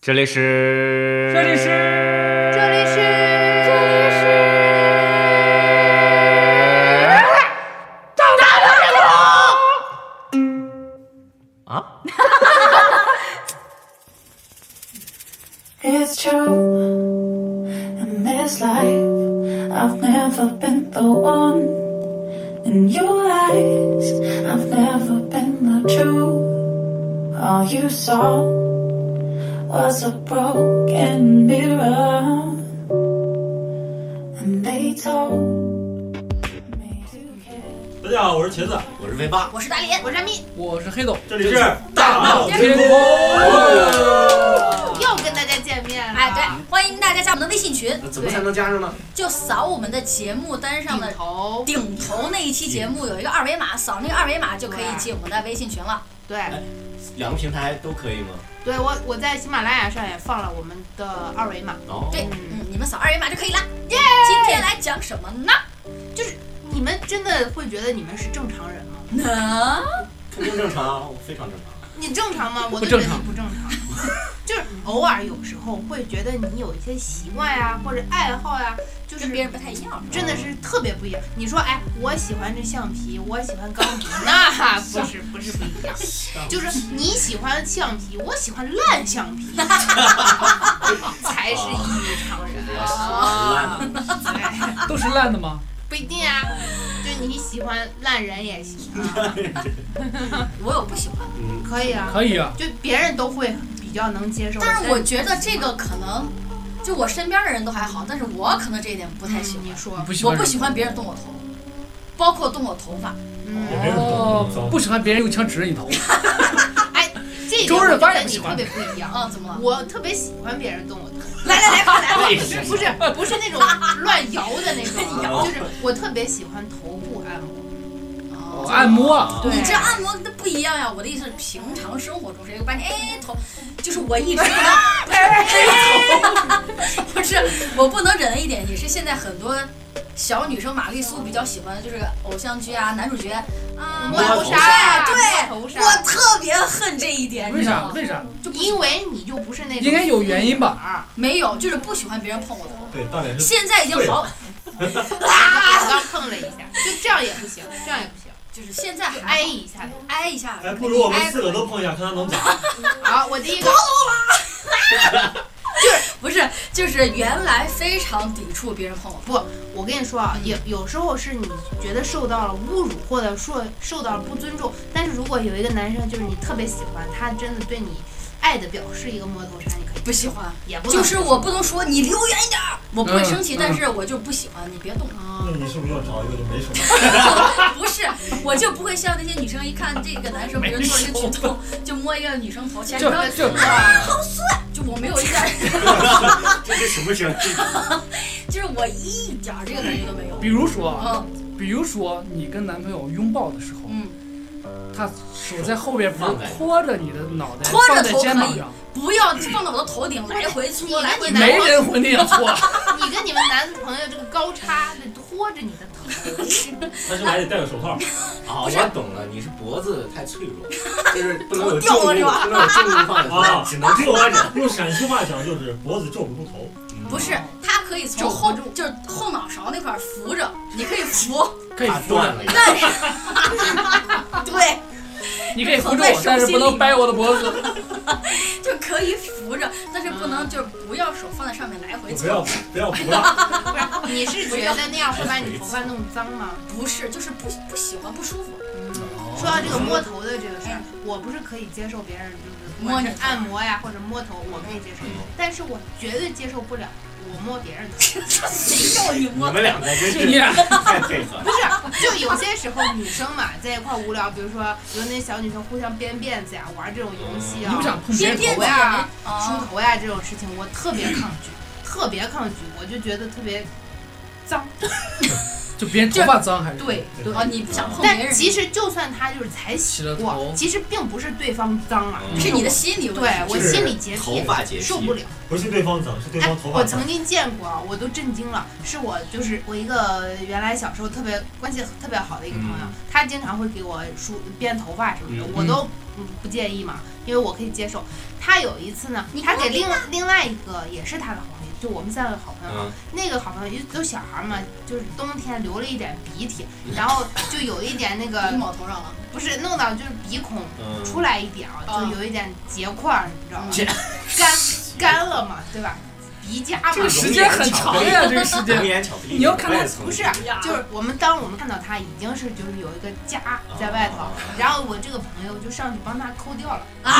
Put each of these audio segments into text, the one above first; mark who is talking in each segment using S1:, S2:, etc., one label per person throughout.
S1: 这里是，
S2: 这里是
S3: 这里是
S1: 啊，
S4: It's true. In this life, I've never been the one. In your eyes, I've never been the true. All you saw was a broken mirror. And they told me to care.
S5: 大家好，我是茄子，
S6: 我是 V 八，
S3: 我是大林，我是张咪，
S2: 我是黑豆，
S5: 这里是大闹
S2: 天宫。
S3: 又跟大家见面了。哎，对，欢迎大家加我们的微信群，
S6: 那怎么才能加上呢？
S3: 就扫我们的节目单上的
S7: 头，
S3: 顶头那一期节目有一个二维码，扫那个二维码就可以进我们的微信群了。
S7: 对
S6: 两个平台都可以 吗？
S7: 对，我我在喜马拉雅上也放了我们的二维码。
S6: 哦，
S3: 对，
S7: 嗯
S3: 嗯，你们扫二维码就可以了。耶！今天来讲什么呢？
S7: 你们真的会觉得你们是正常人吗？
S3: 呢？
S6: 肯定正常啊，我非常正常。
S7: 你正常吗？我
S2: 不
S7: 都觉
S2: 正
S7: 得
S2: 常
S7: 你不正常， 就是偶尔有时候会觉得你有一些习惯呀、或者爱好呀、就是
S3: 跟别人不太一样。
S7: 真的是特别不一样。你说，哎，我喜欢这橡皮，我喜欢钢笔，那不是不是不一 样，就是你喜欢橡皮，我喜欢烂 橡皮，才是异于常人。
S6: 比较喜欢烂的，
S7: 哎
S2: 都是烂的 吗？
S7: 不一定啊，就你喜欢烂人也行啊，
S3: 我有不喜欢的，
S6: 嗯，
S7: 可以啊，
S2: 可以啊，
S7: 就别人都会比较能接受。
S3: 但是我觉得这个可能，就我身边的人都还好，但是我可能这一点不太喜欢。
S6: 嗯
S7: 你说，
S2: 不喜
S3: 我
S2: 欢
S3: 不喜欢别人动我头，包括动我头发。
S7: 嗯，
S5: 没有
S2: 哦，不喜欢别人用枪指着你头。
S7: 哎，这一点
S2: 周
S7: 我
S2: 润
S7: 觉
S2: 发
S7: 得
S2: 也不
S7: 你
S2: 喜
S7: 特
S2: 欢
S7: 别不一样。
S3: 啊，怎么了？
S7: 我特别喜欢别人动我头，
S3: 来来来，快来！
S6: 为
S7: 不是
S6: 什么？
S7: 不是不是那种乱摇的那种啊，就是我特别喜欢头部按摩。
S2: 哦按摩啊，
S7: 对
S3: 你这按摩那不一样呀！我的意思是，平常生活中谁把你哎头，就是我一直不能， 不是我不能忍的一点，也是现在很多小女生玛丽苏比较喜欢的就是偶像剧啊，男主角
S5: 嗯
S3: 啊
S7: 摸
S6: 头
S7: 纱
S3: 啊对，
S7: 摸头纱
S3: 我特别恨这一点，你
S2: 为
S3: 知
S2: 啥
S3: 道？吗？
S2: 为啥？
S3: 就不
S7: 因为你就不是那种
S2: 应该有原因吧？
S7: 吧？
S3: 没有，就是不喜欢别人碰我的头。
S5: 对，大脸是
S3: 现在已经好，
S7: 啊我刚碰了一下，就这样也不行，这样也不行，
S3: 就是现在挨
S7: 挨一下。
S3: 挨一下，
S5: 哎哎，不如我们
S3: 挨
S5: 四个都碰一下，看他能咋。
S7: 好，我 第一个，
S3: 不是，就是原来非常抵触别人碰我头。
S7: 我跟你说啊，有有时候是你觉得受到了侮辱，或者说受到了不尊重，但是如果有一个男生就是你特别喜欢，他真的对你爱的表示一个摸头杀，你可以
S3: 不喜欢，
S7: 也不 能
S3: 就是我不能说你离我远一点儿，我不会
S2: 嗯
S3: 生气，
S2: 嗯
S3: 但是我就不喜欢你别动 我。
S7: 啊
S5: 那嗯你是不是要找一个就没什么？
S3: 不是，我就不会像那些女生一看这个男生别人做这个 举动，就摸一个女生头，其他女
S2: 就
S3: 生
S2: 就
S3: 就我没有一点儿，
S6: 这是什么声？
S3: 就是我一点儿这个感觉都没有
S2: 比。如说啊，
S3: 嗯
S2: 比如说你跟男朋友拥抱的时候，
S3: 嗯，
S2: 他手在后边不是拖着你的脑袋，
S3: 拖着
S2: 放在
S3: 头
S2: 肩
S3: 可
S2: 膀
S3: 以
S2: 上，
S3: 不要放到我的头顶来回搓来回
S7: 你
S3: 拿
S7: 男
S2: 没
S7: 朋友
S2: 人会那样拖。
S7: 你跟你们男朋友这个高差得拖着你的头，
S5: 但是还得戴个手 套。
S6: 啊，
S3: 不是
S6: 我懂了，你是脖子太 脆弱，就是不能有重
S3: 掉了
S6: 物，
S3: 是吧
S6: 不能有重物放在头
S5: 啊
S6: 上，只能
S5: 用
S6: 拖着。
S5: 用陕西话讲就是脖子皱不住头。
S3: 不是，他可以从后就是后脑勺那块儿扶着，你可以扶，
S2: 可以
S6: 怕
S2: 扶
S6: 断
S2: 着，
S6: 了，
S3: 但是对。
S2: 你可以扶着我，但是不能掰我的脖子。
S3: 就可以扶着，但是不能就是不要手放在上面来回
S5: 不要
S3: 搓，
S5: 不要不要，
S7: 不是？你是觉得那样会把你头发弄脏吗？
S3: 不是，就是不不喜欢不舒服。
S7: 说到这个摸头的这个事儿，我不是可以接受别人就是不管是按摩呀或者摸头，我可以接
S2: 嗯
S7: 受，但是我绝对接受不了我摸别人头。
S3: 谁要你
S6: 你
S3: 摸？
S6: 们两个真
S2: 就你
S6: 是
S2: 俩
S6: 太配合了。
S7: 不是，就有些时候女生嘛，在一块儿无聊，比如说有那小女生互相编辫子呀，玩这种游戏
S2: 你不
S7: 啊
S2: 想，碰别
S3: 边
S2: 人
S3: 边
S2: 头
S7: 头
S3: 姐
S2: 呀？
S7: 呀、梳
S3: 啊，
S7: 头呀这种事情，我特别抗拒，特别抗拒，我就觉得特别脏。
S2: 就别人头发脏还是？
S7: 对对。
S3: 哦，你不想碰别
S7: 但
S3: 人，
S7: 其实就算他就是才洗
S2: 洗了头
S7: 过，其实并不是对方脏啊，
S6: 嗯
S3: 是你的心理问
S7: 对
S3: 题。
S7: 我
S5: 是
S7: 心理洁
S6: 头
S7: 癖
S6: 发洁癖
S7: 受不了。
S5: 不是对方脏，是对
S7: 哎
S5: 方头，发
S7: 我
S5: 脏。
S7: 曾经见过，啊我都震惊了。是我就是我一个原来小时候特别关系特
S5: 嗯
S7: 别好的一个朋友，他经常会给我梳编头发什么的，
S6: 嗯
S7: 我都嗯不介意嘛。因为我可以接受。他有一次呢，他给另另外一个也是他的好朋友，就我们三个好朋友，
S6: 嗯，
S7: 那个好朋友就都小孩嘛，就是冬天流了一点鼻 涕，然后就有一点那
S3: 一
S7: 个
S3: 毛头上了，
S7: 不是弄到就是鼻孔
S6: 嗯
S7: 出来一点啊，
S3: 嗯
S7: 就有一点结块儿，你知道
S2: 嗯
S7: 吗
S6: 结？
S7: 干干了嘛，对吧？鼻夹嘛
S6: 嗯
S2: 这，个时间很长呀，这个时
S6: 熔
S2: 间。
S6: 岩嗯巧克力，
S2: 你要看它
S6: 外层
S7: 不是，就是我们当我们看到他已经是就是有一个痂
S2: 哦
S7: 在外头，然后我这个朋友就上去帮他抠掉了，
S3: 啊，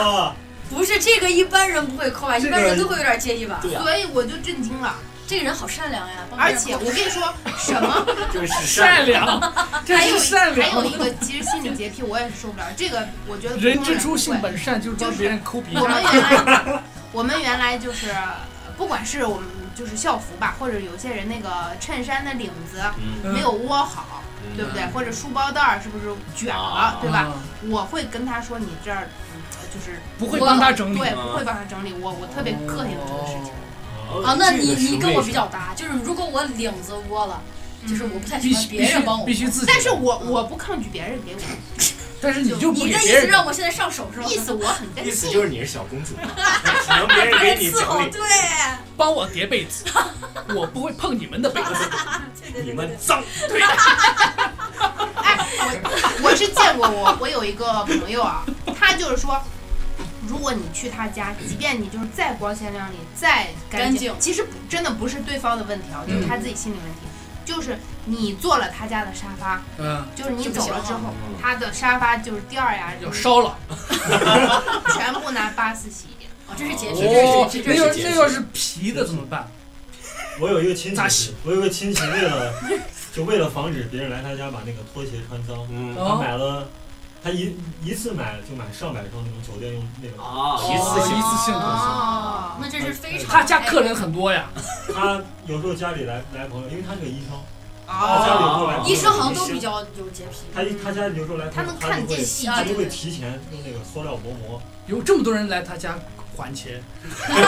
S5: 哇
S3: 不是这个一般人不会抠啊，
S5: 这个
S3: 一般人都会有点介意吧？
S6: 对
S2: 啊
S6: 呀，
S7: 所以我就震惊了。
S3: 这个人好善良
S2: 哦
S3: 呀，帮别
S7: 而
S3: 人
S7: 且
S3: 抠
S7: 我跟 你说什么，
S6: 就是
S2: 善良，这
S7: 还有
S2: 是善
S7: 还有
S2: 良
S7: 一。个，其实心理洁癖我也是受不了。这个我觉得普通
S2: 人之初性
S7: 不会
S2: 本善，就是帮别人抠鼻 啊
S7: 我们
S2: 梁。
S7: 原 来，我们原来就是，不管是我们就是校服吧，或者有些人那个衬衫的领子
S6: 嗯，
S7: 没有窝好，
S6: 嗯
S7: 对不对？或者书包带儿是不是卷了
S6: 啊，
S7: 对吧？
S2: 啊？
S7: 我会跟他说你这儿嗯就是
S2: 不会帮他整理。哦
S7: 对，
S6: 嗯
S7: 不会帮他整理。我我特别膈应这个事情。
S3: 啊，那
S6: 哦这
S3: 你
S6: 个是
S3: 你跟我
S6: 为
S3: 比
S6: 啥
S3: 较搭，就是如果我领子窝了，
S7: 嗯
S3: 就是我不太
S2: 必
S3: 喜欢
S2: 须
S3: 别
S2: 必须
S3: 人帮我
S2: 必。须自己。
S7: 但是我我不抗拒别人给我，
S2: 但是你就不
S3: 你
S2: 给
S3: 的意
S2: 别
S3: 思
S2: 人
S3: 让我现在上手
S2: 嗯
S3: 是吧？
S7: 意思我很
S6: 意
S7: 任
S6: 思
S7: 性。
S6: 就是你是小公主，只能别人给你
S3: 伺候
S6: 整
S3: 对，
S2: 帮我叠被子，我不会碰你们的被子。
S6: 理，你们脏。
S2: 对，
S7: 哎，我我是见过我，我有一个朋友啊，他就是说，如果你去他家，即便你就是再光鲜亮丽、再干净，
S3: 干净
S7: 其实不真的不是对方的问题啊，
S2: 嗯
S7: 就是他自己心理问题，就是你坐了他家的沙发，
S2: 嗯，
S7: 就是你
S3: 就不
S7: 走
S3: 行
S7: 了之后
S3: 了，
S6: 嗯
S7: 他的沙发就是垫儿呀，
S2: 要烧了。
S7: 全部拿八四洗。
S3: 哦，这是洁癖，
S2: 哦
S3: 这是，
S2: 那
S3: 这
S2: 要
S3: 是
S2: 那要是皮的怎么办？
S5: 我有一个亲
S2: 咋洗
S5: 戚，我有一个亲戚为了就为了防止别人来他家把那个拖鞋穿脏，
S6: 嗯
S5: 他
S2: 哦
S5: 买了，他一一次买就买上百双那种酒店用那种，
S6: 啊，一
S2: 哦
S6: 次性
S2: 一次性东西。
S7: 哦，
S3: 那这是非常哎
S2: 他家客人很多呀，
S5: 他有时候家里来来朋友，因为他是个医生，他
S2: 啊
S5: 家里有时
S7: 哦，
S5: 候来朋友
S3: 医生好像都比较有洁癖。
S5: 他一他家有时候来
S7: 他
S5: 朋友，
S7: 能
S5: 他
S7: 看
S5: 就
S7: 见
S5: 会
S7: 细
S3: 啊
S5: 他
S7: 节
S5: 就会提前用那个塑料薄膜，
S2: 有这么多人来他家还钱，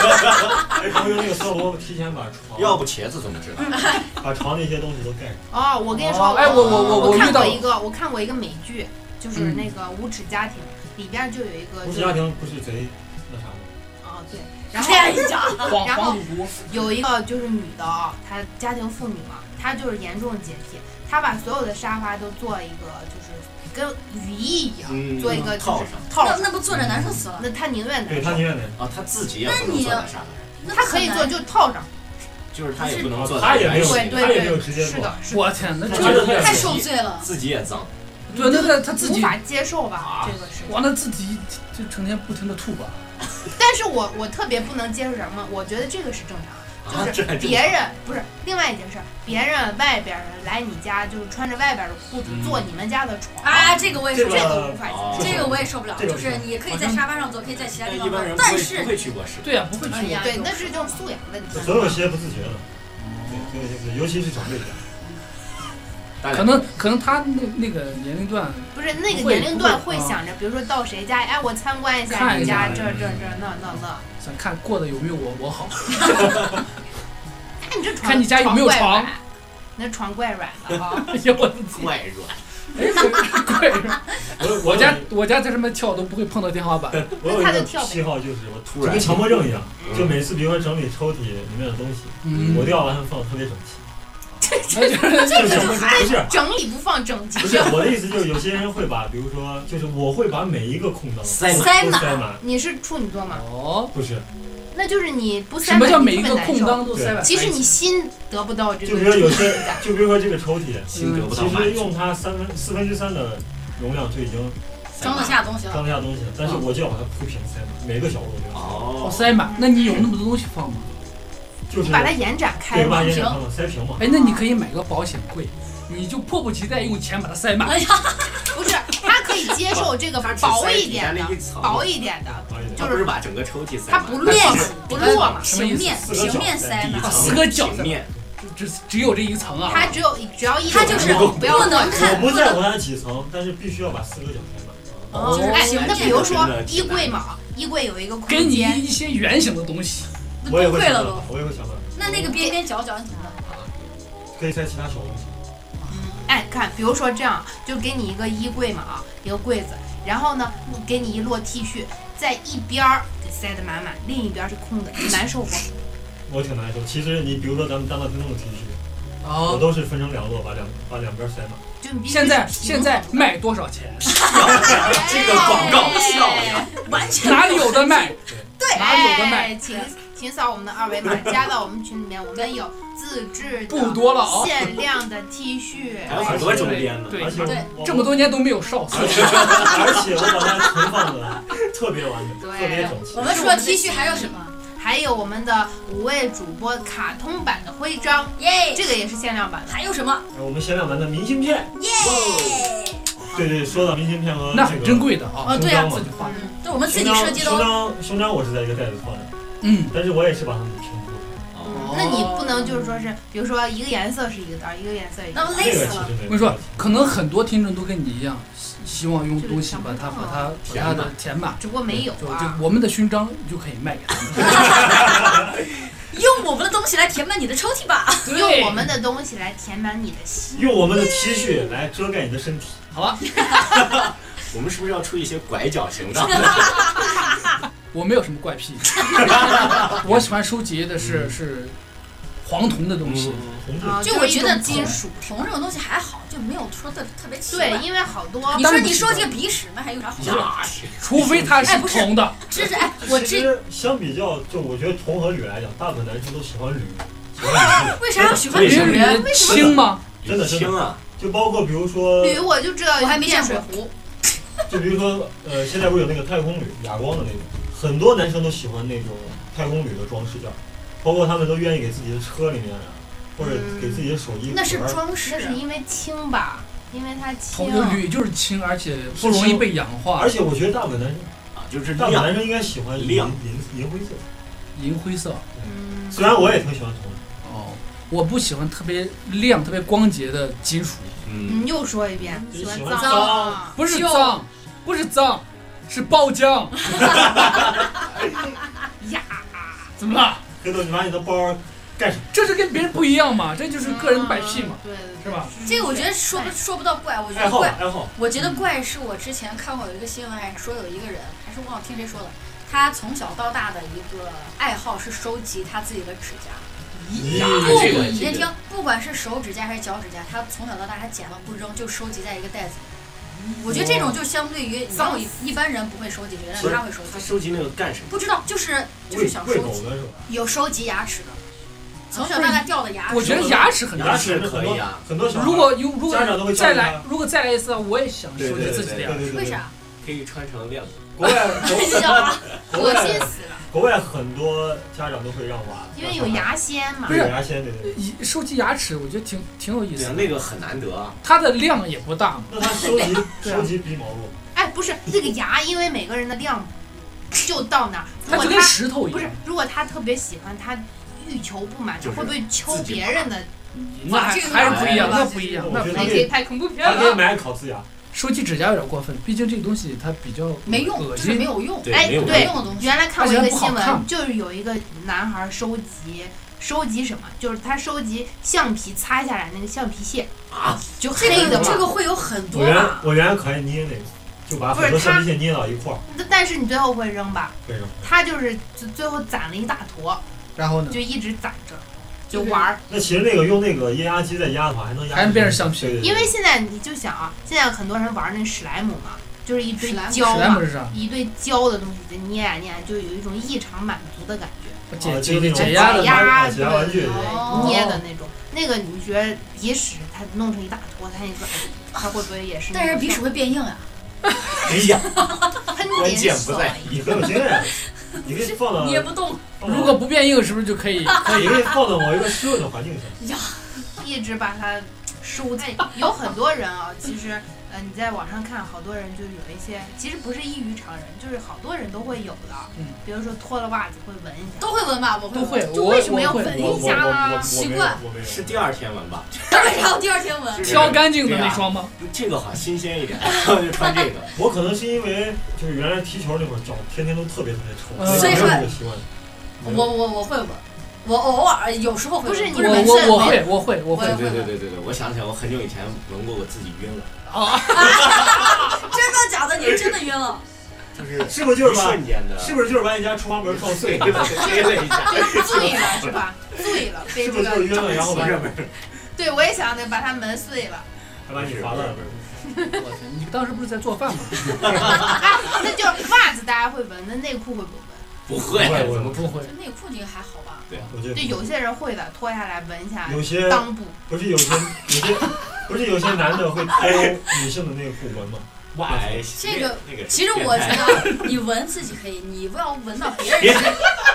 S5: 然后用那个塑料薄膜提前把 床
S6: 要不茄子怎么知道？
S2: 嗯
S5: 把床那些东西都盖上。
S7: 哦，我跟你说，
S2: 哦哎我我我
S7: 我
S2: 我
S7: 看
S2: 遇到
S7: 过一个，我看过一个美剧，就是
S2: 嗯
S7: 那个《无耻家庭》，里边就有一个
S5: 不
S7: 就是是
S5: 家庭不是贼那啥吗？
S7: 啊对，然后
S3: 这样一讲，
S2: 黄
S7: 然后
S2: 黄赌毒，
S7: 有一个就是女的啊，她家庭妇女嘛，她就是严重洁癖，她把所有的沙发都做一个就是跟雨衣一样，
S6: 嗯
S7: 做一个
S6: 套
S7: 就是
S6: 上
S7: 套
S3: 那
S7: 上，
S3: 那不坐着难受死了。
S7: 那她宁愿
S5: 对
S7: 难
S5: 他
S7: 受
S5: 宁愿那样
S6: 啊，他自己也不能坐在沙发
S3: 那
S7: 她可以做
S3: 就
S7: 就套上，
S6: 就是他也不能坐在
S5: 他也没有
S7: 对
S5: 他也没有
S7: 对
S5: 直接
S7: 对，是
S5: 做
S7: 的，是的，
S2: 我天，那
S5: 他
S2: 这
S5: 就
S3: 太受罪了。
S6: 自己也脏，
S2: 对那那他自
S7: 无
S2: 己，
S7: 法接受吧
S6: 啊
S7: 这个事情。
S2: 哇，那自己就成天不停的吐吧，
S7: 但是我我特别不能接受什么，我觉得这个是正常的。
S6: 啊
S7: 就
S6: 这还
S7: 是
S6: 真
S7: 别人不是另外一件事儿，别人外边儿人来你家就是穿着外边儿的裤子
S6: 嗯
S7: 坐你们家的床，
S3: 啊，这个我也受
S7: 这
S3: 不
S5: 这
S3: 了，
S7: 个无法
S6: 啊
S7: 接
S3: 这
S7: 受。
S3: 个我也受不了。
S5: 这个
S3: 就
S5: 不行
S3: 是你可以在沙发上坐，可以在其他
S6: 但
S3: 地
S6: 一
S3: 方坐
S6: 般人，不
S3: 但
S6: 会
S3: 是
S6: 不会去卧室。
S2: 对呀，啊不会
S3: 哎
S2: 去
S3: 呀。
S7: 对，那是就是素养问题。
S5: 所有些不自觉的，对，所有些不自觉，尤其是长辈家，
S6: 大
S2: 可
S6: 家
S2: 能可能他那那个年龄段，
S7: 不是那个
S2: 不会
S7: 年龄段
S2: 不会
S7: 会想着，比如说到谁家，哎，我参观一下
S2: 看
S7: 你
S2: 一
S7: 家
S2: 下
S7: 这这这那那那，
S2: 想看过得有没有我我好，
S7: 看你这床，
S2: 看你家有没有
S7: 怪
S2: 床
S7: 软，那床怪软的啊。
S2: 哎呀我的 天，
S6: 怪软，
S2: 哎贵，
S5: 我
S2: 我
S5: 我
S2: 家我家在上面跳都不会碰到天花板，
S5: 我 有一个癖好就是我
S6: 突然
S5: 跟强迫症一样，
S6: 嗯
S5: 就每次比如说整理抽屉里面的东西，
S2: 嗯，
S5: 我都要把它们放得特别整齐。
S2: 那就是
S5: 就是不是
S7: 整理不放整
S5: 不
S7: 齐
S5: 是，我的意思就是有些人会把，比如说就是我会把每一个空档
S6: 塞满
S3: 塞
S5: 都
S3: 满
S5: 塞满，
S7: 你是处女座吗？
S2: 哦，
S5: 不是，
S7: 那就是你不
S2: 什
S7: 塞
S2: 么
S7: 满
S2: 叫
S7: 你
S2: 每一
S7: 特别
S2: 个
S7: 难
S2: 空
S7: 受
S2: 当都塞满？
S7: 其实你心得不到这
S5: 就
S7: 个
S5: 比如说有
S7: 充
S5: 些
S7: 实感。，
S5: 就比如说这个抽屉，
S6: 心得不到
S5: 嗯其
S6: 满
S5: 实
S6: 足
S5: 用，它三分四分之三的容量就已经
S3: 装得下东西了。
S5: 装得下东西了，但是我就要把它铺平塞满，每个角落都要，
S2: 哦，
S6: 哦，
S2: 塞满，那你有那么多东西放吗？
S5: 就
S7: 你
S5: 是
S7: 把它延展开
S5: 对把
S7: 嘛，
S5: 眼角看到塞平嘛。
S2: 哎，那你可以买个保险柜，你就迫不及待用钱把它塞满。
S3: 哎呀，
S7: 不是，它可以接受这个
S6: 它只
S7: 薄
S6: 塞
S7: 一
S6: 底
S7: 点
S6: 下那
S7: 的
S6: 一，层
S7: 薄一点的，
S5: 哎呀
S6: 他不是把整个抽屉塞
S7: 它
S6: 满，
S7: 不
S3: 面
S7: 乱
S3: 积不
S7: 不
S3: 落
S7: 落
S3: 嘛
S7: 嘛，
S2: 什么意
S3: 平
S2: 思
S3: 面
S5: 四个角
S3: 平面塞
S6: 第一
S3: 满。
S6: 层
S2: 四个角
S6: 平面，
S2: 只只有这一层啊。
S7: 它只有只要一
S3: 它就是
S7: 层不要
S3: 不能
S7: 乱
S5: 我
S3: 看，
S5: 不
S3: 不
S5: 在
S3: 能
S5: 乎它几层，但是必须要把四个角塞满。
S2: 哦
S3: 就是
S7: 哎
S3: 平，
S7: 那比
S3: 面
S7: 如说
S6: 真的挺
S7: 衣柜嘛，衣柜有一个
S2: 给
S7: 空
S2: 你
S7: 间，
S2: 一些圆形的东西，
S3: 那
S5: 我也会
S3: 崩溃
S5: 想
S3: 了
S5: 办
S3: 都
S5: 法。，我也会想办法。
S3: 那那个边边角角你怎么办？
S5: 可以塞其他小东西，
S7: 哎，看，比如说这样，就给你一个衣柜嘛啊，一个柜子，然后呢，给你一摞 T 恤，在一边儿给塞得满满，另一边儿是空的，你难受不？
S5: 我挺难受。其实你比如说咱们当到听众的 T 恤，
S2: 哦
S5: 我
S6: 啊，
S5: 都是分成两摞，把两把两边塞满。
S7: 就你必须
S2: 现在
S7: 是平
S2: 现在卖多少钱？
S6: 这个广告效应，
S3: 完 全
S2: 哪里有的卖？
S7: 哎对，
S2: 哪里有的卖
S7: 哎请请扫我们的二维码，加到我们群里面，我们有自制的
S2: 不多了啊
S7: 限量的 T 恤，
S6: 还有很多种编的，
S2: 对
S5: 而且
S3: 对
S5: 我
S2: 这么多年都没有少色
S5: 而，且而且我把它存放的特别完整，
S7: 对
S5: 特别整齐
S3: 我。们除了 T 恤还有什么？
S7: 还有我们的五位主播卡通版的徽章，
S3: 耶，
S7: 这个也是限量版的。
S3: 还有什么？
S5: 我们限量版的明信片，
S3: 耶，
S5: 对对，说到明信片和
S2: 那
S5: 这
S2: 很
S5: 个
S2: 珍贵的啊，
S3: 哦，对呀、
S5: 胸章
S2: 自
S5: 嘛
S2: 己画的。
S7: 嗯，
S3: 这我们自
S5: 胸
S3: 己
S5: 章
S3: 设计的
S5: 胸
S3: 哦。
S5: 章胸章我是在一个袋子放的，
S2: 嗯，
S5: 但是我也是把它们拼布，
S7: 那你不能就是说是，比如说一个颜色是一个啊袋儿，一个颜色一个
S3: 那
S7: 袋
S3: 不
S5: 这
S7: 儿。
S3: 累
S5: 个
S3: 死
S5: 其
S3: 了！
S5: 实没
S2: 我跟你
S5: 有
S2: 说
S5: 问题，
S2: 可能很多听众都跟你一样，希希望用东西把它
S7: 就是想不
S2: 把
S7: 到
S2: 它把它的填满。
S7: 只不过没有
S2: 就
S7: 啊
S2: 就。我们的勋章就可以卖给他们。
S3: 用我们的东西来填满你的抽屉吧。
S2: 啊
S7: 用我们的东西来填满你的心。
S5: 用我们的 T 恤来遮盖你的身体。
S2: 好了，
S6: 我们是不是要出一些拐角型的？
S2: 我没有什么怪癖，我喜欢收集的是是黄铜的
S6: 嗯
S2: 东西。
S5: 红
S7: 啊
S5: 纸，
S3: 就我
S7: 是一
S3: 觉得
S7: 种金
S3: 铜
S7: 属。
S3: 铜这种东西还好，就没有说的特别奇怪。
S7: 对，因为好多
S3: 你
S2: 当
S3: 说
S2: 然
S3: 你
S2: 不
S3: 说
S2: 奇怪
S3: 这个鼻屎那还有啥好？
S6: 那是
S2: 除非它是铜的，
S3: 这是哎，我
S5: 其
S3: 这
S5: 实相比较，就我觉得铜和铝来讲，大部分男生都喜欢铝，喜欢铝制，
S3: 为啥要喜欢
S6: 为
S3: 女
S6: 什么
S2: 因
S3: 人？
S2: 为轻吗？
S5: 真的真
S6: 轻
S5: 的，
S6: 啊，
S5: 就包括比如说，
S7: 铝，我就知道
S3: 我还没
S7: 见
S3: 见
S7: 水
S3: 水
S7: 壶。
S3: 壶，
S5: 就比如说，呃，现在不是有那个太空铝哑光的那种，很多男生都喜欢那种太空铝的装饰件儿，包括他们都愿意给自己的车里面啊，或者给自己的手机
S3: 那是
S5: 壳儿
S3: 装
S7: 这
S3: 饰
S7: 是。因为轻吧，因为它轻
S2: 铜。的铝就是轻，而且不容易被氧化
S5: 而。且我觉得大部分男生，
S6: 啊，就是
S5: 大部分
S6: 亮
S5: 男生应该喜欢银
S6: 亮
S5: 银银灰色。
S2: 银灰色
S7: 嗯，
S5: 虽然我也挺喜欢铜，
S2: 哦，我不喜欢特别亮、特别光洁的金属，
S6: 嗯，
S7: 你又说一遍，
S5: 喜欢
S7: 脏
S5: 脏
S2: 不是脏，不是脏，是爆浆。
S7: 呀，
S2: 怎么了？
S5: 黑豆，你把你的包干什么？
S2: 这是跟别人不一样嘛？这就是个人摆屁嘛，
S7: 嗯，对对对，
S2: 是吧？
S3: 这个我觉得说不说不到怪，我觉
S5: 爱
S3: 得
S5: 好吧，
S3: 怪
S5: 爱好。
S3: 我觉得怪是我之前看过有一个新闻，还说有一个人，还是忘了听谁说的，他从小到大的一个爱好是收集他自己的指甲。
S6: 呀
S3: 不
S6: 啊这个
S3: 你先
S6: 这
S3: 听
S6: 个，，
S3: 不管是手指甲还是脚指甲，他从小到大他捡了不扔，就收集在一个袋子。我觉得这种就相对于
S7: 脏
S3: 脏一般人不会收集这个，但是他会收
S6: 他
S3: 集。
S6: 收集那个干什么？
S3: 不知道，就是就是
S5: 喂
S3: 想
S5: 喂
S3: 收
S5: 狗
S3: 集，
S5: 的是吧？
S3: 有收集牙齿的，从小到大掉的牙齿。
S2: 我觉得牙齿很重
S6: 牙
S2: 要。
S6: 齿可以啊，
S5: 很多小孩
S2: 如果有如
S5: 家长都
S2: 果
S5: 会
S2: 再
S5: 教育
S2: 来
S5: 他，
S2: 如果再来一次，啊我也想收集自己啊的
S5: 对
S2: 牙
S5: 对
S2: 齿。
S5: 对对
S3: 为啥？
S6: 可以穿成链子。
S5: 国外国
S3: 小
S5: 外
S3: 孩
S5: 国
S7: 恶心
S5: 外
S7: 死了，
S5: 国外很多家长都会让娃，
S7: 因为有牙仙嘛
S2: 不。是
S5: 有牙签对对对。
S2: 一收集牙齿，我觉得挺挺有意
S6: 对
S2: 思
S6: 啊，
S2: 的。
S6: 那个很难得啊。
S2: 它的量也不大嘛，
S5: 那他收集
S2: 对啊
S5: 收集鼻毛肉，
S7: 哎，不是那个牙，因为每个人的量就到那儿，如
S2: 它
S7: 果
S2: 就跟
S7: 他
S2: 石头一
S7: 不是
S2: 样。，
S7: 如果他特别喜欢，他欲求不满，
S6: 就
S7: 他
S6: 是
S7: 会不会抽别人的？
S2: 那还
S3: 这个
S2: 还是不一样，
S3: 哎
S2: 那不一样，
S5: 我
S2: 那
S5: 觉
S2: 不一
S5: 得他
S2: 样。
S5: 可以
S7: 拍恐怖片
S5: 他可以买烤瓷牙，
S2: 收集指甲有点过分，毕竟这个东西它比较
S3: 没用，
S2: 恶
S3: 就是没
S2: 心。
S3: 有用，
S6: 对，
S7: 哎
S6: 没有
S7: 对
S3: 没
S6: 用
S3: 用的东西。
S7: 原来看过一个新
S2: 而且不好
S7: 闻，就是有一个男孩收集收集什么，就是他收集橡皮擦下来那个橡皮屑，
S6: 啊，
S7: 就
S3: 这
S7: 黑的
S3: 个这
S7: 嘛。
S3: 个会有很
S5: 我
S3: 多
S5: 原
S3: 吧？
S5: 我原来可爱捏那个，就把很
S7: 不
S5: 多
S7: 是他
S5: 橡皮屑捏到一块儿，
S7: 但但是你最后会扔吧？
S5: 为什么？
S7: 他就是最最后攒了一大坨，
S2: 然后呢？
S7: 就一直攒着，就玩儿。
S5: 那其实那个用那个液压机再压的话，还能压，
S2: 还能变成橡皮
S5: 对对对
S7: 因为现在你就想啊，现在很多人玩那史莱姆嘛，就是一堆
S3: 史莱姆
S7: 胶
S2: 史莱
S7: 嘛
S2: 姆，是啥？
S7: 一堆胶的东西在捏啊捏啊，就有一种异常满足的感觉。
S2: 解
S5: 啊
S2: 解
S5: 就
S2: 解
S5: 是那种
S2: 解压的
S7: 解压
S5: 啊解压玩具，
S3: 哦
S7: 捏的那种，那个你觉得鼻屎它弄成一大坨，它那个它会不会也是那
S3: 但
S7: 种？
S3: 是鼻屎会变硬啊！
S6: 哎呀，
S7: 喷
S6: 关
S7: 点啊
S6: 键
S7: 水
S6: 不在
S5: 你很有经验，啊你可以放到
S3: 捏不动，
S5: 放到
S2: 如果不变硬，是不是就可以？
S5: 可以可以放到某一个湿润的环境下，
S7: 一直把它收在。有很多人啊，其实呃你在网上看，好多人就是有一些，其实不是异于常人，就是好多人都会有的。
S2: 嗯，
S7: 比如说脱了袜子会闻一下，
S3: 都会闻吧？我
S2: 都
S3: 会
S2: 会
S3: 闻。，
S7: 就
S2: 我
S7: 为什么要
S2: 我
S7: 闻
S2: 会
S5: 我我
S7: 一下
S5: 我我
S7: 呢？
S5: 我
S3: 习
S5: 没有
S3: 惯
S5: 我没有
S6: 是第二天闻吧？
S3: 为啥我第二天闻？
S2: 挑干净的
S6: 对啊
S2: 那双吗？
S6: 这个好新鲜一点， 然后就穿这个。
S5: 我可能是因为就是原来踢球那会儿脚天天都特别特别臭，
S2: 嗯
S5: 所以没有这个习惯。
S3: 我我我会闻，我偶尔有时候会
S7: 不是
S3: 用
S7: 你
S5: 啊
S3: 不是
S7: 们
S3: 每
S2: 我
S3: 次
S2: 我我
S3: 没有
S2: 会我会我会
S3: 我也
S6: 对对对对对对，我想起来，我很久以前纹过我自己晕了，
S2: 啊
S3: 真的假的？你是真的晕了？
S6: 就是
S5: 是不是就是
S6: 一
S5: 把
S6: 瞬间的，
S5: 是不是就是把你家厨房门撞碎？
S6: 对对对，了一下，
S7: 醉了是吧？醉了被
S5: 是
S7: 这
S5: 不是就是
S7: 个
S5: 晕了，然后把
S7: 对我也想那把他门碎了，
S5: 还把你砸烂了？
S2: 我天，你当时不是在做饭吗？
S7: 哎，那就是袜子大家会闻，那内裤会不闻？
S6: 不会，
S5: 不
S2: 怎么
S5: 会，
S2: 不会？
S3: 内裤你还好吧？
S5: 我觉
S7: 就
S5: 得
S7: 有些人会的，脱下来闻一下，
S5: 有些
S7: 裆部。
S5: 不是有些有些 不是有些男的会偷女性的内裤闻吗？
S6: 哇，哎
S3: 这个
S6: 那个是
S3: 其实我觉
S6: 变态
S3: 得你闻自己可以，你不要闻到别人身，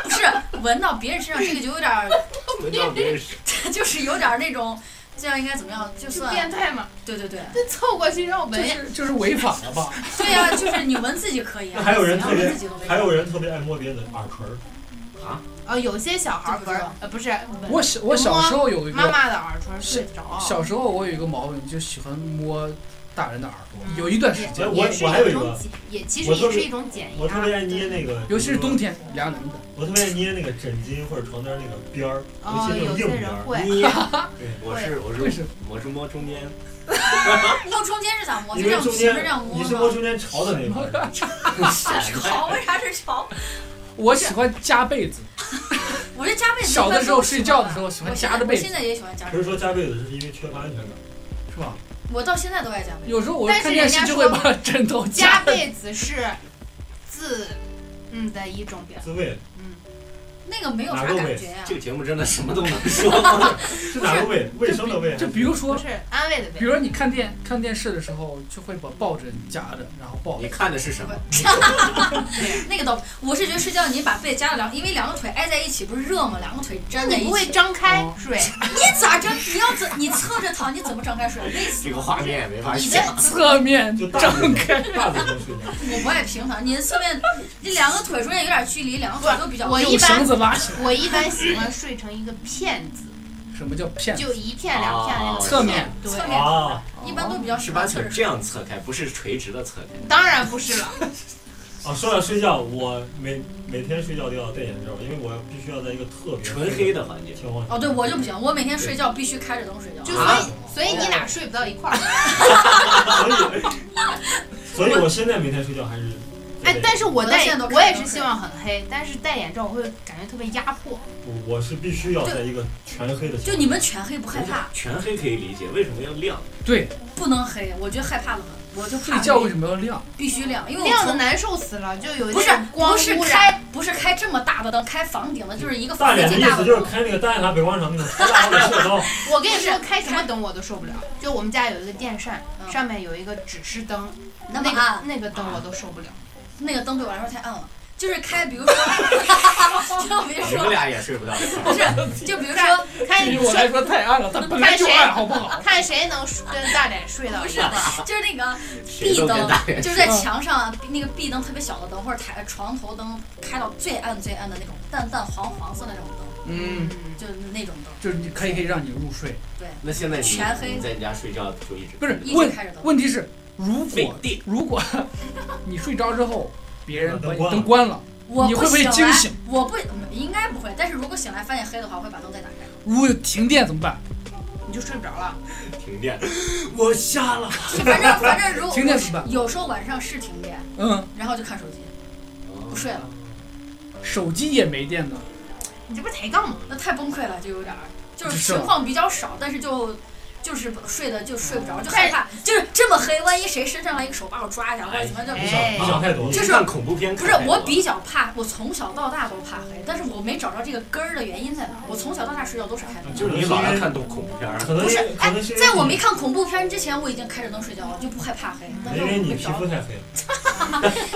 S3: 不是闻到别人身上，这个就有点儿，
S6: 闻到别人是
S3: 就是有点儿那种，这样应该怎么样？就是算
S7: 变态吗？
S3: 对对对
S7: 就凑过去让我
S2: 就
S7: 闻一下，
S2: 是就是违法了吧？
S3: 对呀、就是你闻自己可以啊，
S5: 那还有人
S3: 怎
S5: 特
S3: 样
S5: 别
S3: 闻自己都没
S5: 还有人特别爱摸别人的耳垂儿，
S7: 哦，有些小孩儿闻，呃，不是闻
S2: 我小我小时候有一
S7: 妈
S2: 个
S7: 妈的耳垂睡不着。
S2: 小时候我有一个毛病，就喜欢摸大人的耳朵，有一段时间，
S5: 哎
S7: 也
S5: 我
S7: 是
S5: 我还有
S7: 一
S5: 一
S7: 种
S5: 个，
S7: 解，也其实
S5: 我特
S7: 也
S5: 别
S7: 是一种解压。
S5: 我特别爱捏那个，
S2: 尤其是冬天凉凉的。
S5: 我特别爱捏那个枕巾或者床单那个边儿，尤
S7: 哦，
S5: 其那
S7: 有
S5: 种
S7: 些
S5: 硬边
S7: 人
S5: 儿。
S7: 会，
S6: 捏，
S5: 对
S6: 我是我
S2: 为
S6: 是
S2: 什么
S6: 我是摸中间，
S3: 摸中间是咋摸？就
S5: 因
S3: 这
S5: 为
S3: 样
S5: 中
S3: 平着
S5: 间
S3: 这样摸
S5: 你是
S3: 吗
S5: 摸？中间朝的那块儿，
S3: 潮为啥是潮？
S2: 我喜欢夹被子，
S3: 我这夹被子
S2: 小的时候
S3: 一般都是
S2: 睡觉的时候喜欢
S3: 我现
S2: 夹着被子
S3: 我现在也喜欢夹
S5: 不
S3: 着
S5: 是
S3: 被子，
S5: 说夹被子是因为缺乏安全感。
S2: 是吧？
S3: 我到现在都爱夹被子。
S2: 有时候我
S7: 但是
S2: 看电视就会把枕头
S7: 夹
S2: 被。
S7: 被子是自嗯的一种表，
S5: 自慰
S7: 嗯，
S3: 那个没有啥
S5: 哪个
S3: 感
S5: 位
S3: 觉呀
S6: 这。个节目真的什么都能说，
S5: 是哪个卫？卫生的啊卫还是？
S2: 就比如说
S7: 不，是安慰的
S2: 比
S7: 表。
S2: 如说你看电看电视的时候，就会把抱枕夹着，然后抱
S6: 你
S2: 着。
S6: 看的是什么？
S3: 那个倒，我是觉得睡觉你把被夹了两，因为两个腿挨在一起不是热吗？两个腿粘在
S7: 你
S3: 一
S7: 不会
S3: 起，
S7: 张开
S2: 哦
S7: 睡，
S3: 你咋整？你要怎？你侧着躺，你怎么张开睡？累死
S6: 这个
S3: 了！
S6: 画面也没法
S7: 你
S6: 想。
S7: 的
S2: 侧面
S5: 就大
S2: 张
S5: 部分
S2: 开，
S5: 大部分 睡觉。
S3: 我不爱平躺，你的侧面，你两个腿中间有点距离，两个腿都比较。
S7: 我一
S2: 用绳
S7: 般
S2: 子拉起来。
S7: 我一般喜欢睡成一个片子，
S2: 什么叫骗子？
S7: 就一片两片那
S6: 哦
S7: 种
S2: 侧面
S7: 片
S3: 侧
S7: 对，
S3: 面
S5: 啊
S3: 一般都比较
S6: 是
S3: 喜
S6: 把
S3: 欢侧
S6: 腿
S3: 着
S6: 这
S3: 睡。
S6: 样侧开，不是垂直的侧开。
S7: 当然不是了。
S5: 啊！说到睡觉，我每每天睡觉都要戴眼罩，因为我必须要在一个特别
S6: 纯黑的环境，
S5: 情况下。
S3: 哦，对，我就不行，我每天睡觉必须开着灯睡觉。
S7: 就
S3: 就
S7: 所
S6: 啊
S7: 以所以你俩睡不到一块儿。
S5: 所以，所以我现在每天睡觉还是
S7: 哎，但
S5: 是
S7: 是我
S3: 我到
S7: 戴
S3: 现在都
S7: 我也
S3: 看
S7: 是
S3: 不
S7: 希
S3: 出
S7: 望很黑，但是戴眼罩我会感觉特别压迫。
S5: 我我是必须要在一个全黑的情况下。
S3: 就你们全黑不害怕，
S6: 全黑可以理解，为什么要亮？
S2: 对，
S3: 不能黑，我觉得害怕的很，我就怕
S2: 睡觉为什么要亮？
S3: 必须亮，因为我
S7: 亮的
S3: 从
S7: 难受死了，就有
S3: 不
S7: 那
S3: 是
S7: 种光
S3: 不是
S7: 污染。
S3: 开不是开这么大的灯，开房顶的，就是一个
S5: 大
S3: 房
S5: 脸
S3: 间
S5: 的
S3: 最
S5: 意
S3: 大
S5: 思
S3: 的
S5: 就是
S3: 灯。
S5: 开那个大雁塔北广场那种超 大的射灯，
S7: 我跟你说，
S3: 不是
S7: 开什么灯我都受不了。就我们家有一个电扇，
S3: 嗯
S7: 上面有一个指示灯，
S3: 那
S7: 那
S3: 么暗
S7: 个，那个灯我都受不了。
S3: 那个灯对我来说太暗了。就是开， 比如说，就比如
S6: 你们
S3: 说，
S6: 俩也睡 不到。
S3: 不是，就比如 说，
S7: 看
S2: 对于
S7: 你
S2: 我来
S7: 睡，
S2: 说太暗了，它本来就暗，好不好？
S7: 看谁能睡跟大脸睡到
S3: 不
S7: 一
S3: 是
S7: 块儿。
S3: 就是那个
S6: 谁
S3: 壁
S6: 都跟
S3: 灯
S6: 大，人
S3: 就是在墙上啊，那个壁灯特别小的灯，或者台床头灯开到最暗最暗的那种淡淡黄黄色的那种灯，
S2: 嗯，
S3: 就是那种灯，
S2: 就是你可以可以让你入睡。
S6: 那现在你
S3: 全黑
S6: 你在家睡觉就一直
S2: 不是
S3: 一
S2: 问
S3: 直开着灯。
S2: 问题是，如
S6: 费
S2: 果
S6: 电，
S2: 如果你睡着之后，别人把
S5: 把灯
S2: 你
S5: 关了
S2: 灯关了，
S3: 我
S2: 你会不会
S3: 醒
S2: 惊
S3: 来
S2: 醒？
S3: 我不嗯应该不会，但是如果醒来发现黑的话，我会把灯再打开。
S2: 如果有停电怎么办？
S7: 你就睡不着了。
S6: 停电，我瞎了。
S3: 反正 反正如果
S2: 停电怎么办
S3: 有时候晚上是停电，
S2: 嗯，
S3: 然后就看手机，
S6: 哦
S3: 不睡了，
S2: 手机也没电呢。
S7: 你这不是抬杠吗？
S3: 那太崩溃了，就有点儿，就是
S2: 是
S5: 啊
S3: 情况比较少，但是就。就是睡的就睡不着，就害怕，就是这么黑，万一谁伸上来一个手把我抓一下或者怎么就，
S5: 你
S7: 哎
S5: 想你想太多了
S6: 你
S3: 就。是
S6: 看恐怖片
S3: 不
S6: 看
S3: 是
S6: 太
S5: 哎
S6: 多
S3: 我
S6: 了，
S3: 比较怕，我从小到大都怕黑，但是我没找着这个根儿的原因在哪儿。我从小到大睡觉都是开灯，
S6: 就是你老爱看动恐怖片儿，
S5: 嗯可能
S3: 不是哎
S5: 可能是因为
S3: 在我
S5: 你
S3: 没看恐怖片之前，我已经开着灯睡觉了，就不害怕黑。但是
S5: 因
S3: 我
S5: 为你
S3: 没
S5: 皮
S3: 找
S5: 肤太黑了。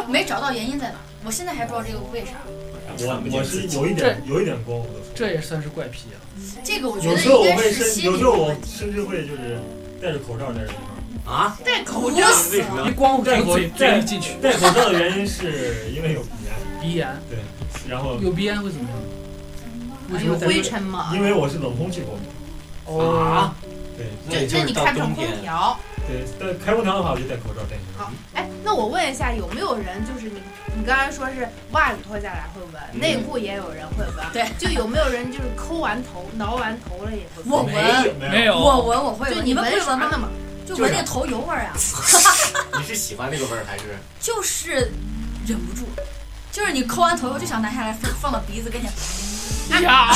S3: 没找到原因在哪儿，我现在还不知道这个为啥。
S6: 哎
S5: 我我是有一点有一点光我都睡。
S2: 这也算是怪癖啊。
S3: 这个我觉
S5: 有
S3: 得
S5: 时候我
S3: 应该
S5: 会
S3: 是
S5: 甚，
S3: 心
S5: 有
S3: 理
S5: 时候
S3: 的
S5: 我
S3: 问题。
S5: 甚至会就是戴着口罩在这地方。
S6: 啊，
S7: 戴口
S3: 我
S7: 罩。
S3: 死
S6: 为什么
S2: 一
S3: 了，
S2: 光
S5: 戴
S2: 从
S5: 口
S2: 嘴嘴
S5: 戴
S2: 里进去，
S5: 戴口罩的原因是因为有鼻炎，
S2: 鼻炎，
S5: 然后
S2: 有鼻炎会怎么样？为什
S7: 有
S2: 么在
S7: 哎灰尘
S3: 啊
S7: 吗？
S5: 因为我是冷空气过敏，
S2: 哦，
S5: 对
S7: 这
S6: 那就
S7: 那
S6: 是
S7: 你
S6: 到
S7: 开不上
S6: 冬
S7: 空
S6: 天，
S7: 调。
S5: 对。但开空调的话，我就戴口罩戴着。
S7: 好，哎，那我问一下，有没有人就是你你刚才说是袜子脱下来会闻，内裤也有人会闻，
S3: 对
S7: 就有没有人就是抠完头、挠完头了也会闻？
S3: 我
S5: 没
S3: 闻，
S5: 有
S2: 没有，
S3: 我闻我会
S7: 就
S3: 闻，
S7: 你
S3: 们
S7: 闻
S3: 会
S7: 啥
S3: 闻
S7: 呢
S3: 吗？
S7: 嘛？
S3: 就闻那个头油味儿啊，
S6: 你是喜欢那个味儿还是？
S3: 就是忍不住，就是你抠完头油就想拿下来放放到鼻 子跟前，
S2: 哎呀，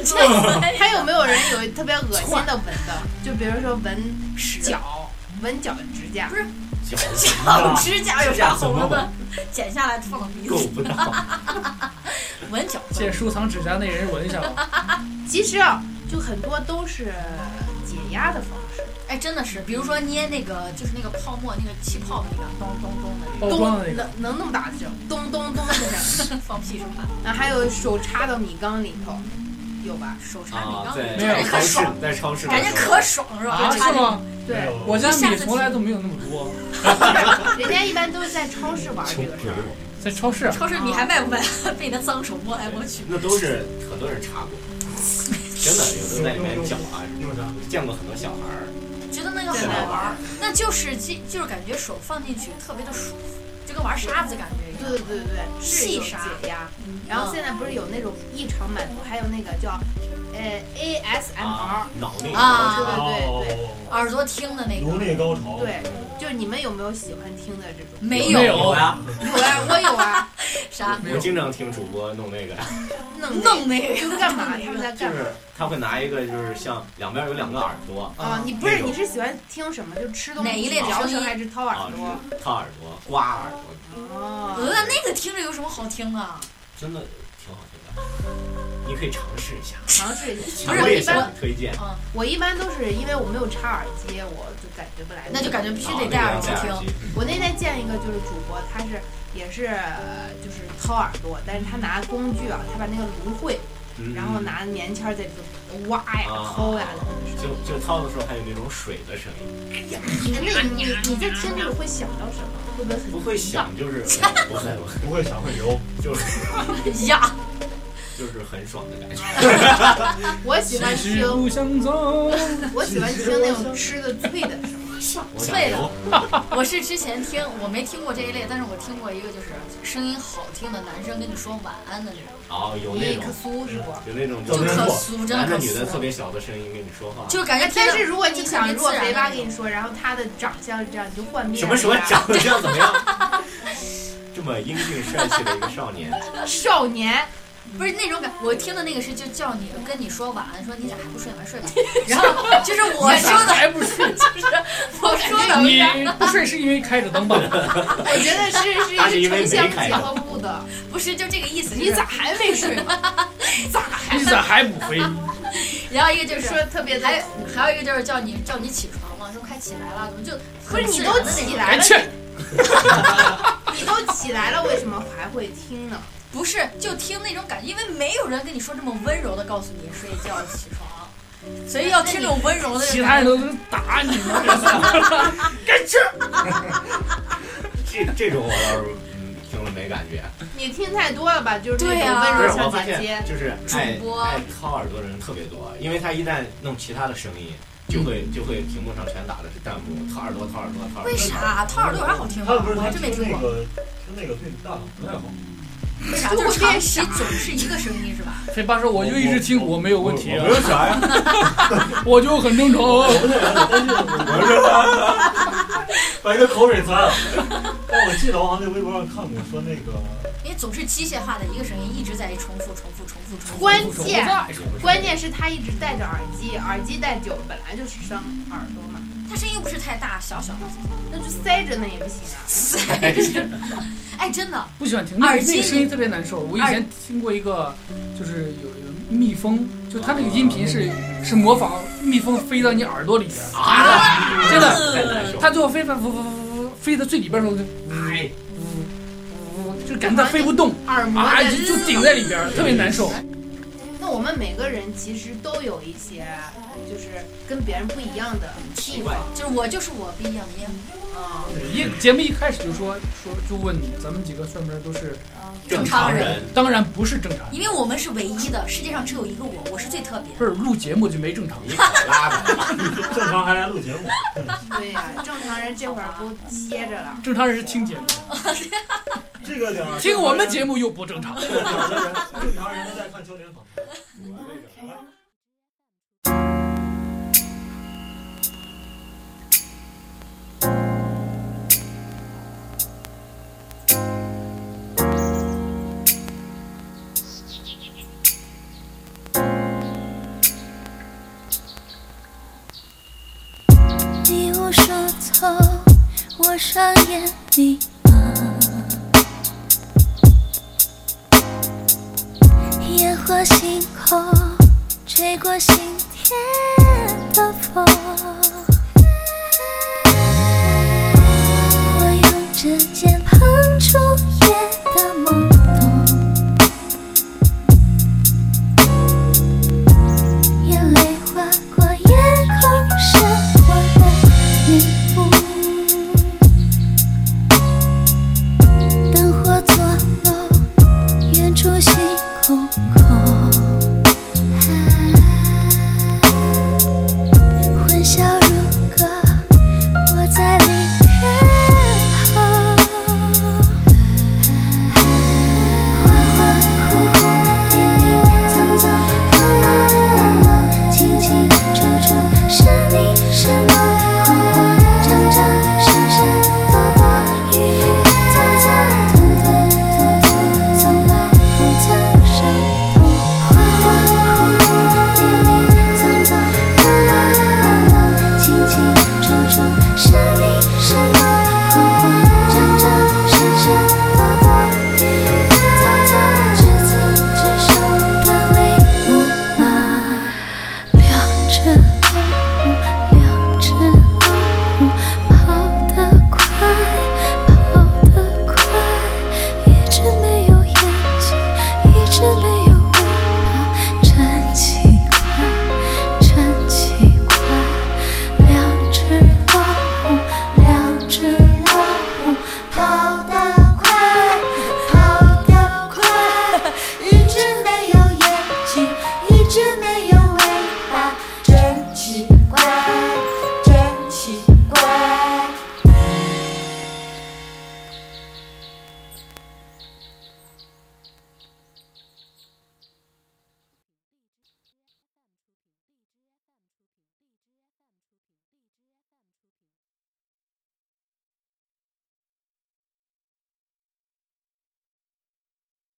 S7: 那还有没有人有特别恶心的闻的？就比如说闻
S3: 屎
S7: 脚、闻脚指甲
S3: 不，
S6: 脚
S3: 脚指甲有啥好
S5: 指
S3: 啊闻
S5: 甲怎么
S3: 的？剪下来放到鼻
S6: 够
S3: 子，
S6: 不到。
S3: 闻脚
S2: 借收藏指甲那人闻一下吧。
S7: 其实啊，就很多都是解压的方式。
S3: 哎，真的是，比如说捏那个就是那个泡沫那个气泡的那个咚咚咚的
S2: 曝
S7: 咚
S2: 光的那个，
S7: 能能那么大的声，咚咚咚的声，
S3: 那个， 放屁是吧？
S7: 啊，还有手插到米缸里头，有吧？
S3: 手插米
S6: 啊，
S3: 缸
S6: 在
S3: 里，
S2: 没有
S3: 感觉
S6: 超
S3: 可
S6: 市
S3: 爽，，
S6: 在超市的
S3: 感觉
S6: 时候
S3: 可爽是吧？
S2: 啊，
S3: 插
S2: 是
S3: 进去
S2: 吗？
S5: 没
S7: 对，
S5: 有
S2: 我家米从来都没有那么多，
S7: 人家一般都是在超市玩这个事儿。
S2: 在超市。啊
S3: 超市米还卖不卖？ 被你的脏手摸来摸去。
S6: 那都是很多人查过，真的有的在里面搅啊，
S5: 用啥？
S6: 见过很多小孩儿
S3: 觉得那个
S6: 在
S3: 好
S6: 那
S3: 玩
S6: 玩
S3: 儿，，那就是就就是感觉手放进去特别的舒服，就跟玩沙子感觉一
S7: 对
S3: 样。
S7: 对对对，是有
S3: 细沙
S7: 解压。然后现在不是有那种异常满足，还有那个叫呃 ASMR，
S6: 啊，脑内
S3: 啊
S7: 对对对
S5: 哦，
S3: 耳朵听的那
S5: 颅
S3: 个
S5: 内高潮。
S7: 对就是你们有没有喜欢听的这种？
S3: 没
S2: 没
S3: 有
S2: 有
S6: 啊，
S7: 有呀，我有 啊，
S3: 啥
S2: 没
S6: 我
S2: 有
S6: 经常听主播弄那 个，
S7: 弄那
S3: 弄那
S7: 就
S3: 个
S7: 是干嘛？他
S3: 弄那个
S7: 们在
S6: 就
S7: 干嘛？
S6: 是他会拿一个，就是像两边有两个耳朵
S7: 啊，你不是
S6: 那种
S7: 你是喜欢听什么？就吃东西、
S3: 哪一类的
S7: 嚼
S3: 声
S7: 舌
S3: 音
S7: 还是掏
S6: 啊
S7: 耳朵？，
S6: 是掏耳朵、刮耳朵，
S7: 哦，
S3: 呃，那个听着有什么好听啊的？
S6: 真的挺好听的，你可以尝试一下，
S7: 尝试一下。
S3: 不是
S6: 我也
S3: 一
S6: 向
S3: 般
S6: 你推荐。
S3: 嗯，
S7: 我一般都是因为我没有插耳机，我就感觉不来。
S3: 那就感觉必须得戴
S6: 戴
S3: 耳机听。
S6: 听，
S7: 我那天见一个就是主播，他是也是呃就是掏耳朵，但是他拿工具啊，他把那个芦荟，
S6: 嗯
S7: 然后拿棉签儿在这个挖呀、
S6: 啊
S7: 掏呀
S6: 就就掏的时候还有那种水的声音，
S7: 的。那你你你在听这个会想到什么？会不会很
S6: 不会想就是不会 不会
S5: 不会想会流。
S6: 就是
S3: 呀，
S6: 就是很爽的感觉。
S7: 我喜欢
S2: 其实
S7: 听，
S2: 不想走，
S7: 我喜欢听那种吃的脆的声音。
S6: 我想
S3: 脆
S6: 留
S3: 的。我是之前听，我没听过这一类，但是我听过一个就是声音好听的男生跟你说晚安的那种，
S6: 哦，有那
S7: 一
S6: 种
S7: 克苏是不？
S6: 有那种
S3: 就
S5: 没听
S3: 可
S5: 过
S3: 酥，真
S6: 男
S3: 的
S6: 的
S3: 可
S6: 女的特
S3: 酥，
S6: 别小的声音跟你说话，
S3: 就是感觉听
S7: 但
S3: 着。
S7: 是如果
S3: 你
S7: 你
S3: 特
S7: 想，
S3: 别
S7: 如果
S3: 自然
S7: 肥
S3: 的
S7: 八
S3: 那
S7: 跟你
S3: 种
S7: 说，然后他的长相是这样，你就幻灭了。
S6: 什么什么
S7: 是吧
S6: 长相怎么样？这么英俊帅气的一个少年，
S7: 少年，
S3: 不是那种感，我听的那个是就叫你跟你说晚安，说你咋还不 睡，晚睡吧。然后就是我说的，
S2: 还不睡，
S3: 我说的，
S2: 你不睡是因为开着灯吧？
S7: 我觉得
S6: 他
S7: 是是
S6: 是
S7: 一
S6: 因
S7: 个
S6: 为
S7: 成相
S6: 没开
S7: 结
S6: 灯
S7: 合部 的。
S3: 不是就这个意思。
S7: 你
S3: 就是
S7: 咋？还 没睡呢？咋还
S2: 你咋还不飞？
S3: 然后一个就是
S7: 说特别的
S3: 还？有还有一个就是叫你叫你起床嘛，说快起来了，怎么就
S7: 不是
S3: 很
S7: 你
S3: 自然
S7: 都
S3: 的那
S7: 起
S3: 种
S7: 来
S2: 哎
S7: 了，
S2: 去，
S7: 你都起来了，为什么还会听呢？
S3: 不是就听那种感觉，因为没有人跟你说这么温柔的告诉你睡觉起床，所以要听这种温柔的。
S2: 其他人都打你呢。
S6: 这这种我倒是嗯听了没感觉。
S7: 你听太多了吧？就是
S3: 对
S7: 那种
S3: 啊
S7: 温
S6: 不是
S7: 柔，
S6: 我
S7: 小
S6: 发
S7: 姐姐
S6: 现。就是
S3: 主
S6: 爱
S3: 播
S6: 爱掏耳朵的人特别多，因为他一旦弄其他的声音，就会就会屏幕上全打的是弹幕，掏耳朵掏耳朵掏耳
S3: 嗯
S6: 朵。
S3: 为 啥掏耳朵有啥好听的？
S5: 他不是
S3: 我
S5: 他
S3: 还真没
S5: 听
S3: 听
S5: 那
S3: 过。
S5: 个听那个对大脑不太好。
S3: 为啥？
S7: 就
S3: 就是
S7: 会
S3: 长
S7: 变
S3: 期总是一个声音是吧？
S2: 飞八说我就一直听，我没有问题
S5: 我
S2: 啊
S5: 没，有啥呀，
S2: 我就很正常。啊
S5: 把一个口水 擦。但我记得我好像在微博上看过，说那个
S3: 因为总是机械化的一个声音一直在重复、重复、重复、重复。
S7: 关
S2: 我不
S7: 键
S2: 在说
S7: 关键是她一直戴着耳机，耳机戴久了本来就是伤耳朵嘛，
S3: 它声音又不是太大，小小的。
S7: 那就塞着那也不行啊。
S3: 哎，真的，
S2: 不喜欢听，
S3: 耳
S2: 那
S3: 机
S2: 那个声音特别难受。我以前听过一个，就是有有蜜蜂，就它那个音频是是模仿蜜蜂飞到你耳朵里边，
S6: 啊
S2: 真的
S6: 太难受。
S2: 它最后飞飞飞飞飞到最里边的时候就
S6: 哎，
S2: 就感觉它飞不动，
S7: 耳膜
S2: 啊
S7: 在
S2: 就就顶在里边，特别难受。
S7: 那我们每个人其实都有一些，就是跟别人不一样的地
S6: 奇怪
S7: 方。
S3: 就是我就是我不一样的样子
S7: 啊。
S2: 一节目一开始就说说就问你，咱们几个算不算都是？
S6: 正常
S3: 正常
S6: 人
S2: 当然不是正常人，
S3: 因为我们是唯一的，世界上只有一个我，我是最特别的。
S2: 不是录节目就没正常人。
S6: 你可拉倒吧，
S5: 正常还来录节目，
S7: 对呀、正常人这会儿都歇着了。
S2: 正常人是听节目，
S5: 这个点儿，
S2: 听我们节目又不正常。
S5: 这个点儿的人，正常人都在看焦点访 谈，我
S7: 哦
S5: 这个。啊
S4: care.
S8: 我用指尖